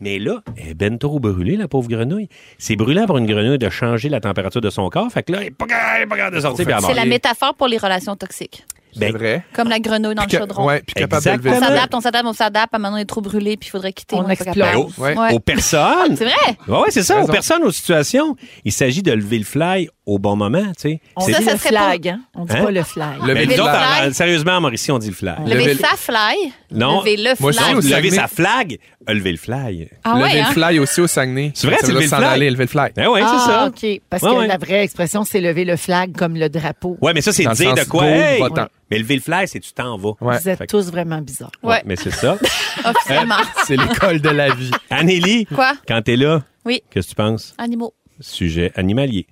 Mais là, elle est ben trop brûlée, la pauvre grenouille. C'est brûlant pour une grenouille de changer la température de son corps. Fait que là, elle est pas capable elle est pas capable de sortir. puis elle
C'est la
meurt.
métaphore pour les relations toxiques.
Ben,
vrai.
Comme la grenouille dans le
Puis que-
chaudron.
ouais, puis capable de lever
on
le-
s'adapte, on s'adapte, on s'adapte. À un moment, on est trop brûlé, puis il faudrait quitter. On, est pas
Ben,
capable.
aux,
Ouais.
aux personnes.
C'est vrai.
Oui, ouais, c'est ça, aux
Raison.
personnes, aux situations. Il s'agit de lever le fly au bon moment, tu sais.
On
C'est-
dit le
serait pas-
flag, hein? On dit
Hein?
pas le flag.
Ben, nous
le
autres,
fly.
en- en- sérieusement, en Mauricie, on dit le fly.
Lever sa fly.
Non.
Lever le
Moi, je
fly.
trouve que lever sa flag, lever le fly.
Ah
lever
ouais,
le
hein?
fly aussi au Saguenay.
C'est vrai,
Ça
c'est
veut
lever
dire
le
s'en
fly.
aller, lever le fly.
Ben oui, c'est
ah,
ça.
OK. Parce
Ouais,
que
ouais.
la vraie expression, c'est lever le flag comme le drapeau.
Ouais, mais ça, c'est
Dans le
dire
sens
de quoi?
go,
Hey!
va-t'en.
Mais lever le fly, c'est tu t'en vas.
Vous êtes
Fait que-
tous vraiment bizarres.
Ouais, Mais c'est ça.
Officiellement.
c'est l'école de la vie. Anélie,
Quoi?
quand t'es là,
Oui.
qu'est-ce que tu penses?
Animaux.
Sujet animalier.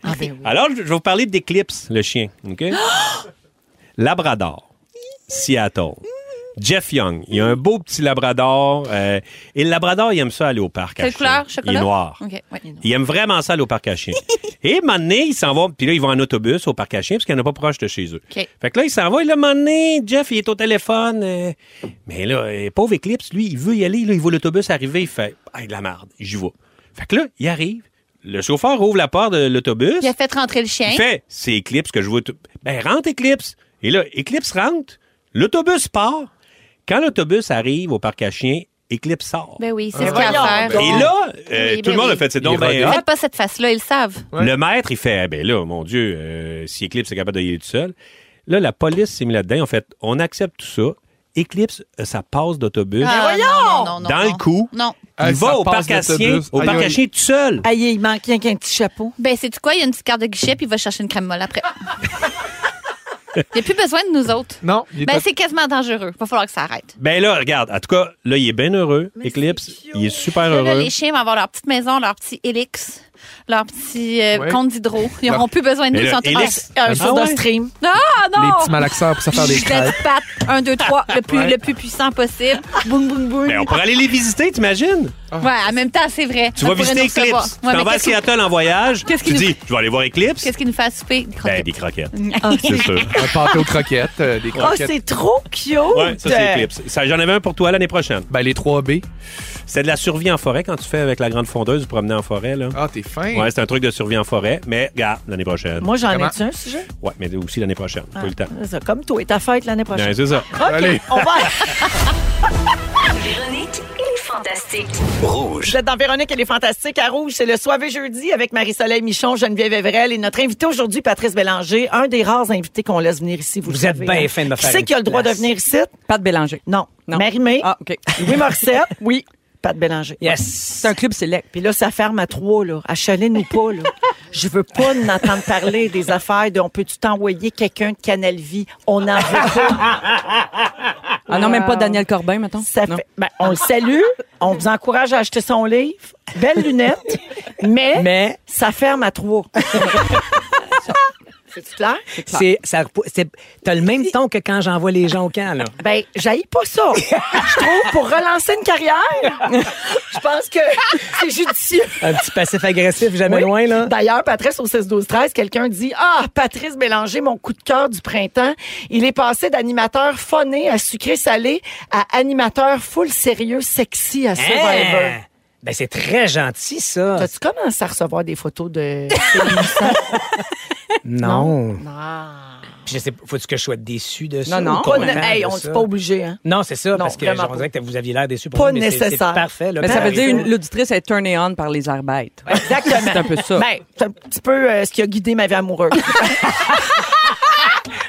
Alors, je je vais vous parler d'Eclipse, le chien. OK? Labrador. Seattle. Jeff Young, il a un beau petit Labrador. euh, et le Labrador, il aime ça aller au parc. à
Quelle
chien.
couleur? Chocolat?
Il est noir.
OK, ouais.
Il aime vraiment ça aller au parc à chiens. et un moment donné, il s'en va, puis là, ils vont en autobus au parc à chiens parce qu'il n'y en a pas proche de chez eux.
OK.
Fait que là, il s'en va, et là, un moment donné, Jeff, il est au téléphone. euh, mais là, euh, pauvre Eclipse, lui, il veut y aller, là, il voit l'autobus arriver, il fait « Hey, de la merde, j'y vais. » Fait que là, il arrive, le chauffeur ouvre la porte de l'autobus,
Il a fait rentrer le chien.
il fait « C'est Eclipse que je veux... tout- Ben, rentre, Eclipse! » Et là, Eclipse rentre, l'autobus part. Quand l'autobus arrive au parc à chiens, Eclipse sort.
Ben oui,
Euh,
c'est
Ben
ce qu'il y a à
voyons
faire.
donc. Et là, euh,
Oui,
tout le
ben
monde a
oui.
fait, c'est donc
Ils
ben hot.
Faites pas cette face-là, ils le savent.
Le maître, il fait, Ah, ben là, mon Dieu, euh, si Eclipse est capable de y aller tout seul. Là, la police s'est mise là-dedans. En fait, on accepte tout ça. Eclipse, euh, ça passe d'autobus.
Ah, non, non, non, non,
dans
non.
le coup.
Non.
Il va au parc à chiens, au parc à chiens tout seul.
Aïe, il manque rien qu'un petit chapeau.
Ben, c'est quoi? Il y a une petite carte de guichet, puis il va chercher une crème molle après. Il n'y a plus besoin de nous autres.
Non. il est
Ben,
à-
c'est quasiment dangereux. Va falloir que ça arrête.
Ben là, regarde, en tout cas, là, il est bien heureux, Eclipse. Il est super
Là, là,
heureux.
les chiens vont avoir leur petite maison, leur petit hélix, leur petit euh,
Ouais.
compte d'hydro. Ils
Leur-
n'auront plus besoin de
Mais
nous.
le
ils sont-
Helix-
Ah,
Ah
un
ouais?
soda stream. Ah non!
Les petits malaxeurs pour se faire des
Je vais
crêpes.
te battre. Un, deux, trois. Le plus,
Ouais.
le plus puissant possible. Boum, boum, boum.
Ben, on pourrait aller les visiter, t'imagines?
Ah.
Ouais, en même temps, c'est vrai.
Tu
On
vas
pourrait
visiter
nous recevoir.
Eclipse.
Ouais,
tu t'en
mais
vas à
qu'est-ce qu'il-
Seattle en voyage. Tu
Qu'est-ce qu'il nous-
dis, je vais aller voir Eclipse.
Qu'est-ce qu'il nous fait à souper? Des
Ben,
croquettes.
des croquettes.
Ah.
C'est sûr.
Un pâté aux croquettes, euh, des
Oh,
croquettes.
c'est trop cute!
Ouais, ça, c'est
Euh,
Eclipse. Ça, J'en avais un pour toi l'année prochaine.
Ben, les 3B.
C'est de la survie en forêt quand tu fais avec la grande fondeuse, vous promener en forêt. Là.
Ah, t'es fin.
Ouais, c'est un truc de survie en forêt, mais regarde, l'année prochaine.
Moi, j'en ai-tu un sujet?
Ouais, mais aussi l'année prochaine.
Ah,
Pas eu le temps.
c'est ça. Comme toi, ta fête l'année prochaine.
Ben, c'est ça.
OK, on va.
Véronique et les Fantastiques.
Rouge. Vous êtes dans Véronique, elle est fantastique. À Rouge, c'est le Soivé jeudi avec Marie-Soleil Michon, Geneviève Everel et notre invité aujourd'hui, Patrice Bélanger, un des rares invités qu'on laisse venir ici. Vous,
Vous
le
êtes
savez,
bien
hein.
fin de me faire
Qui c'est
une
qui a le droit de
place.
venir ici?
Pat Bélanger.
Non. Marie-Mé.
Ah, OK.
Louis Morissette. oui. Pat Bélanger. Yes. C'est
un club select.
Puis là, ça ferme à trois, là. Achalez-nous pas, là. Je veux pas n'entendre parler des affaires de on peut-tu t'envoyer quelqu'un de Canal Vie? On en veut pas.
Ah non, même pas Daniel Corbin, mettons.
Ça fait- ben, on le salue. On vous encourage à acheter son livre. Belle lunette. Mais, ça ferme à trois. C'est clair?
C'est, ça, repou- c'est- t'as le même ton que quand j'envoie les gens au camp, là.
Ben, j'aille pas ça. Je trouve pour relancer une carrière, je pense que c'est judicieux.
Un petit passif-agressif, jamais
Oui.
loin, là.
D'ailleurs, Patrice, au 16-12-13, quelqu'un dit « Ah, Patrice Bélanger, mon coup de cœur du printemps. Il est passé d'animateur phoné à sucré-salé à animateur full sérieux sexy à Survivor.
Hein? Ben, c'est très gentil, ça.
T'as-tu commencé à recevoir des photos de...
Non. Puis Je sais, pas, faut-tu que je sois déçu de ça?
Non, non.
ou
Pas
content
ne- hey,
de
on
ça?
n'est pas obligé, hein.
Non, c'est ça,
Non,
parce que
vraiment
on dirait que vous aviez l'air déçu pour
Pas
nous, mais c'est-
nécessaire.
C'est parfait, là. Ben,
Mais ça veut dire une-
l'auditrice est turnée on par les arbres.
Exactement.
C'est un peu ça.
Ben, c'est un petit peu euh, ce qui a guidé ma vie amoureuse.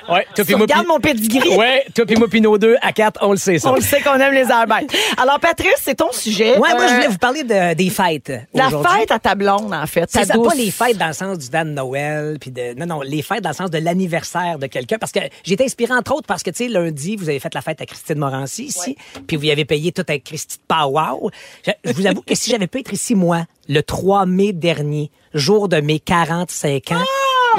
Ouais, toi
Tu
puis moi,
regardes
puis-
mon pedigree.
Ouais, toi puis moi, puis nos deux, à quatre, on le sait, ça.
On le sait qu'on aime les arbettes. Alors, Patrice, c'est ton sujet.
Ouais, moi, je
Euh,
voulais vous parler de- des fêtes.
La
aujourd'hui.
fête à ta blonde, en fait.
C'est
ta
ça,
douce.
pas les fêtes dans le sens du temps de Noël, puis de... Euh, Non, non, les fêtes dans le sens de l'anniversaire de quelqu'un, parce que j'ai été inspiré, entre autres, parce que, tu sais, lundi, vous avez fait la fête à Christine Morancy, ici, puis vous y avez payé tout à Christine Powwow. Je, je vous avoue que si j'avais pu être ici, moi, le 3 mai dernier, jour de mes 45 ans,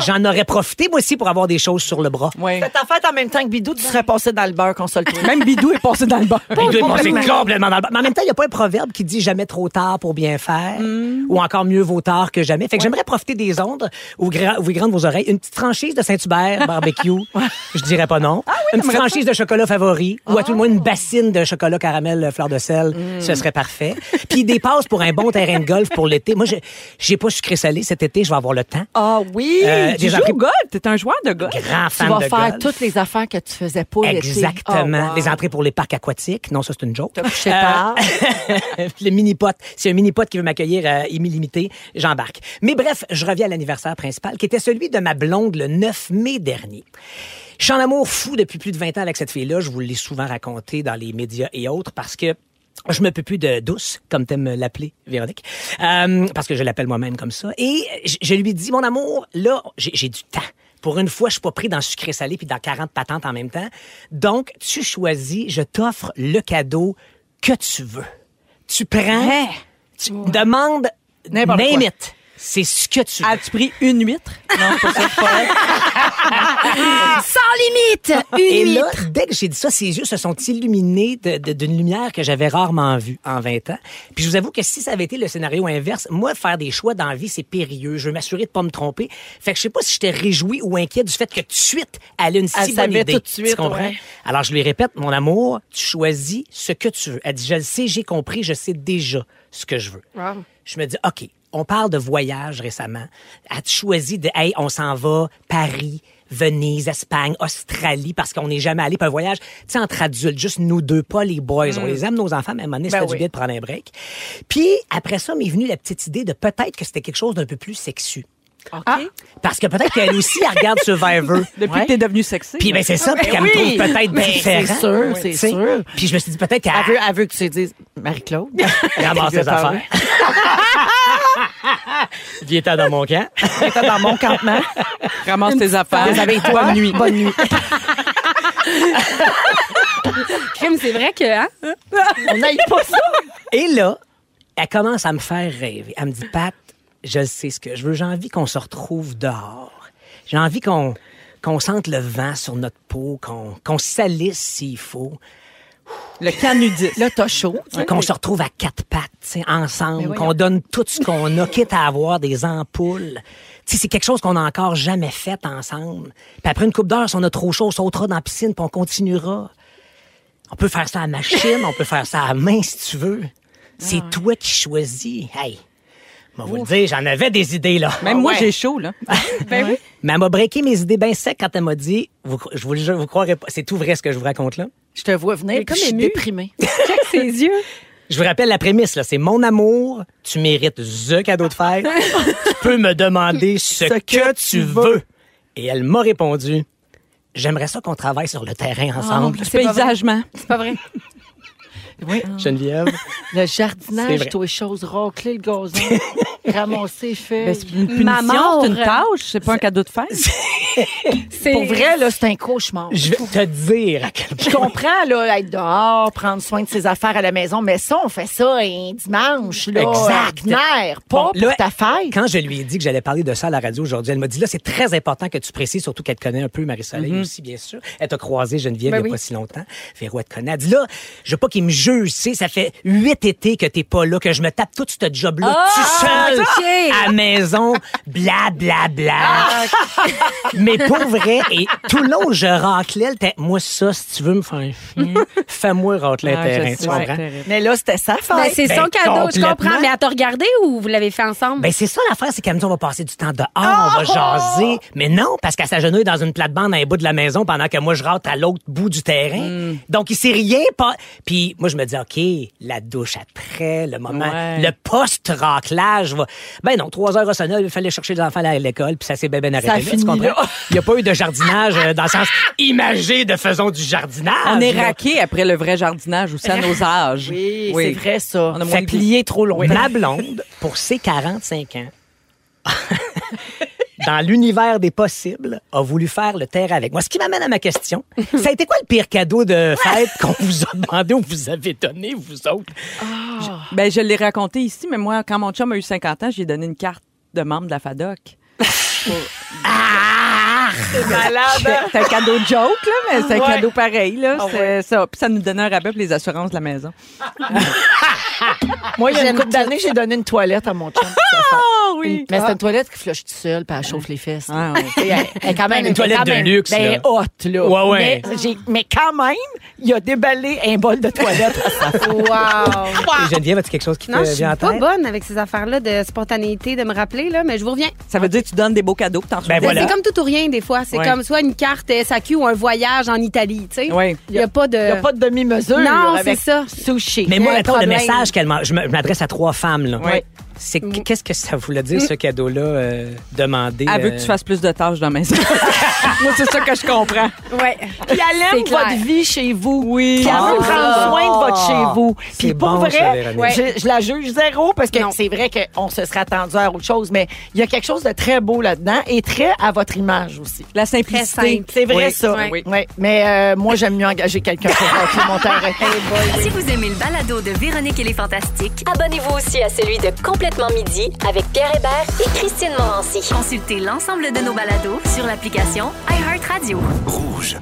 j'en aurais profité, moi aussi, pour avoir des choses sur le bras.
Fais ta fête en même temps que Bidou, tu serais passé dans le beurre, console-toi.
Même Bidou est passé dans le bas. Bidou est passé
Complètement.
complètement dans le bas. Mais en même temps, il n'y a pas un proverbe qui dit jamais trop tard pour bien faire, ou encore mieux vaut tard que jamais. Fait que j'aimerais profiter des ondes, ouvrir, ouvrir grandes vos oreilles. Une petite franchise de Saint-Hubert, barbecue, je dirais pas non.
Ah
une petite franchise de chocolat favori, ou à tout le moins
Oh.
une bassine de chocolat caramel euh, fleur de sel, ce serait parfait. Puis des passes pour un bon terrain de golf pour l'été. Moi, je- j'ai pas sucré salé cet été, je vais avoir le temps.
Ah oui!
Euh, euh,
tu
des
joues
appris-
au golf, t'es un joueur de golf.
Grand
tu
fan
vas
de
faire
golf.
toutes les affaires que tu faisais pas l'été.
Exactement.
Ah, Oh, wow.
Les entrées pour les parcs aquatiques. Non, ça, c'est une joke.
T'as couché tard.
Euh, le mini-pot. C'est un mini-pot qui veut m'accueillir à illimité. J'embarque. Mais bref, je reviens à l'anniversaire principal, qui était celui de ma blonde le 9 mai dernier. Je suis en amour fou depuis plus de 20 ans avec cette fille-là. Je vous l'ai souvent raconté dans les médias et autres parce que je me peux plus de douce, comme t'aimes l'appeler, Véronique, Euh, parce que je l'appelle moi-même comme ça. Et je, je lui dis, mon amour, là, j'ai j'ai du temps. Pour une fois, je suis pas pris dans sucré-salé puis dans 40 patentes en même temps. Donc, tu choisis, je t'offre le cadeau que tu veux. Tu prends, tu demandes,
N'importe quoi.
name it. C'est ce que tu veux. As-tu pris une huître? Non,
Sans limite! Une
Et là,
huître.
dès que j'ai dit ça, ses yeux se sont illuminés de- de- d'une lumière que j'avais rarement vue en 20 ans. Puis je vous avoue que si ça avait été le scénario inverse, moi, faire des choix dans la vie, c'est périlleux. Je veux m'assurer de pas me tromper. Fait que je sais pas si j'étais réjoui ou inquiet du fait que tout de suite, elle a une si
Elle
bonne
savait
idée.
tout de suite,
Tu comprends?
ouais.
Alors, je lui répète, mon amour, tu choisis ce que tu veux. Elle dit, je le sais, j'ai compris, je sais déjà ce que je veux. Je me dis, OK, on parle de voyage récemment. Elle choisi de, hey, on s'en va, Paris, Venise, Espagne, Australie, parce qu'on n'est jamais allé pour un voyage, tu sais, entre adultes, juste nous deux, pas les boys.
Mm.
On les aime, nos enfants, mais à un moment donné,
Ben
ça
oui.
fait du bien de prendre un break. Puis, après ça, m'est venue la petite idée de peut-être que c'était quelque chose d'un peu plus sexu. Ah, parce que peut-être qu'elle aussi, elle regarde Survivor.
Depuis que t'es devenu sexy.
Puis ben c'est ça, puis qu'elle me trouve peut-être différent.
C'est sûr,
tu
c'est
sais.
sûr.
Puis je me suis dit peut-être qu'elle
Elle veut, elle veut que tu lui dises, Marie-Claude.
ramasse
elle veut
ses affaires.
parler.
Viens-t'en dans mon camp.
Viens-t'en dans mon campement.
Ramasse tes affaires.
avec toi.
Bonne nuit.
Bonne nuit.
Crime, c'est vrai que, hein?
On n'aille pas ça. Et là, elle commence à me faire rêver. Elle me dit, Pat, je sais ce que je veux. J'ai envie qu'on se retrouve dehors. J'ai envie qu'on qu'on sente le vent sur notre peau, qu'on qu'on salisse s'il faut. Le canudis. Là, t'as chaud. Qu'on se retrouve à quatre pattes, tu sais, ensemble, qu'on donne tout ce qu'on a, quitte à avoir des ampoules. Tu sais, c'est quelque chose qu'on n'a encore jamais fait ensemble. Puis après une coupe d'heure, si on a trop chaud, on sautera dans la piscine, puis on continuera. On peut faire ça à la machine, on peut faire ça à la main si tu veux. C'est toi qui choisis. Hey, moi, vous le dire, j'en avais des idées, là.
Ah
Même moi, j'ai chaud, là.
Ben oui. Mais elle m'a breaké mes idées bien secs quand elle m'a dit, vous, cro- je vous le jure, vous croirez pas, c'est tout vrai ce que je vous raconte là.
Je te vois venir, puis je suis déprimée. Check ses yeux.
Je vous rappelle la prémisse, là. C'est mon amour, tu mérites the cadeau de fête, tu peux me demander ce, que, tu veux. Et elle m'a répondu, j'aimerais ça qu'on travaille sur le terrain ensemble.
Du paysagement. C'est pas vrai.
Oui.
Geneviève.
Le
C'est
jardinage,
vrai.
toi, les choses, racler le gazon, ramasser les feuilles.
Ben, c'est une punition, c'est une tâche, c'est pas un cadeau de fête.
Pour vrai, là, c'est un cauchemar.
Je vais te dire à quel
Je comprends, là, être dehors, prendre soin de ses affaires à la maison, mais ça, on fait ça un dimanche, là,
Exact.
ordinaire,
Bon,
pas
là,
pour ta fête.
Quand je lui ai dit que j'allais parler de ça à la radio aujourd'hui, elle m'a dit là, c'est très important que tu précises, surtout qu'elle te connaît un peu, Marie-Soleil
Mhm.
aussi, bien sûr. Elle t'a croisé, Geneviève,
Ben
il n'y a
oui.
pas si longtemps. Véro, elle te connaît. Elle dit là, je veux pas qu'il me juge, tu sais, ça fait huit étés que t'es pas là, que je me tape tout ce job-là,
Ah,
tout seul,
ok.
à maison, bla, bla, bla. Mais pour vrai, et tout le long, je raclais le terrain. Ben, Moi, ça, si tu veux me faire chier, fais-moi racler le
Ah, je
terrain,
sais,
tu comprends?
c'est terrible.
Mais là, c'était sa fête.
Ben, c'est
Ben,
son cadeau, je comprends.
complètement.
Mais elle t'a regardé ou vous l'avez fait ensemble?
Ben c'est ça l'affaire, c'est qu'elle me dit on va passer du temps dehors, on va
Oh!
jaser. Mais non, parce qu'elle s'agenouille dans une plate-bande à un bout de la maison pendant que moi je rentre à l'autre bout du terrain.
Mm.
Donc il s'est rien pas. Puis moi je me dis ok, la douche après, le moment,
Ouais.
le post-raclage va. Ben non, trois heures à sonner, il fallait chercher les enfants à l'école, puis ça s'est bien, bien arrêté.
Ça
là,
a fini,
tu comprends?
là.
Il n'y a pas eu de jardinage euh, dans le sens imagé de faisons du jardinage.
Ah,
On est
là.
raqué après le vrai jardinage aussi à nos âges.
Oui, c'est vrai, ça.
On a
Fait
moins
que
plié
trop loin.
Ma blonde, pour ses 45 ans, dans l'univers des possibles, a voulu faire le terre avec moi. Ce qui m'amène à ma question. Ça a été quoi le pire cadeau de fête qu'on vous a demandé ou vous avez donné, vous autres?
Ah.
Je- Ben, je l'ai raconté ici, mais moi, quand mon chum a eu
Ah!
50 ans, j'ai donné une carte de membre de la FADOC. Pour-
malade. hein?
C'est un cadeau joke, là, mais c'est un
Ouais.
cadeau pareil, là.
Ah
c'est ça. Puis ça nous donnait un rabais pour les assurances de la maison.
Moi, il y a une couple d'années, j'ai donné une toilette à mon chum. pour sa fête.
oui.
Une- Mais c'est
une toilette qui flush tout seul, puis elle chauffe les
Ah.
fesses.
Ah
Et elle- elle est quand même
Une toilette
quand
de
même-
luxe,
ben,
là.
elle est haute, là.
Ouais, ouais.
Mais, j'ai- mais quand même, il a déballé un bol de toilette.
Wow.
Et Geneviève, as-tu quelque chose qui
Non,
te
je suis
vient en
pas
tête?
bonne avec ces affaires-là de spontanéité, de me rappeler, là, mais je vous reviens.
Ça veut dire que tu donnes des beaux cadeaux, puis t'en reçois
Ben
des-
voilà.
C'est comme tout ou rien des fois. C'est
Ouais.
comme soit une carte SAQ ou un voyage en Italie, tu sais.
Ouais.
Il n'y a, pas de...
Il y a pas de demi-mesure.
Non,
là,
c'est
avec
ça.
Sushi.
Mais moi,
Un
attends, le
problème.
message qu'elle m'a- je me- je m'adresse à trois femmes, là.
Oui.
C'est qu- qu'est-ce que ça voulait dire,
Mm.
ce cadeau-là, euh, demandé? euh?
Elle veut que tu fasses plus de tâches dans la maison. Moi, c'est ça que je comprends.
Ouais.
Puis elle aime
C'est clair.
votre vie chez vous.
Oui.
Puis elle
Ah.
veut prendre soin de votre chez vous. Puis
C'est
pour
bon, ça,
vrai,
Véronique.
je, je la juge zéro parce que c'est vrai qu'on se serait attendu à autre chose, mais il y a quelque chose de très beau là-dedans et très à votre image aussi.
La simplicité.
C'est vrai
Oui.
ça.
Oui.
Oui. Mais euh, moi, j'aime mieux engager quelqu'un pour remplir mon terrain.
Eh
Ah, Si vous aimez le
Balado de Véronique et les Fantastiques. Abonnez-vous aussi à celui de Complètement Midi avec Pierre Hébert et Christine Morancy.
Consultez l'ensemble de nos balados sur l'application iHeartRadio.
Rouge.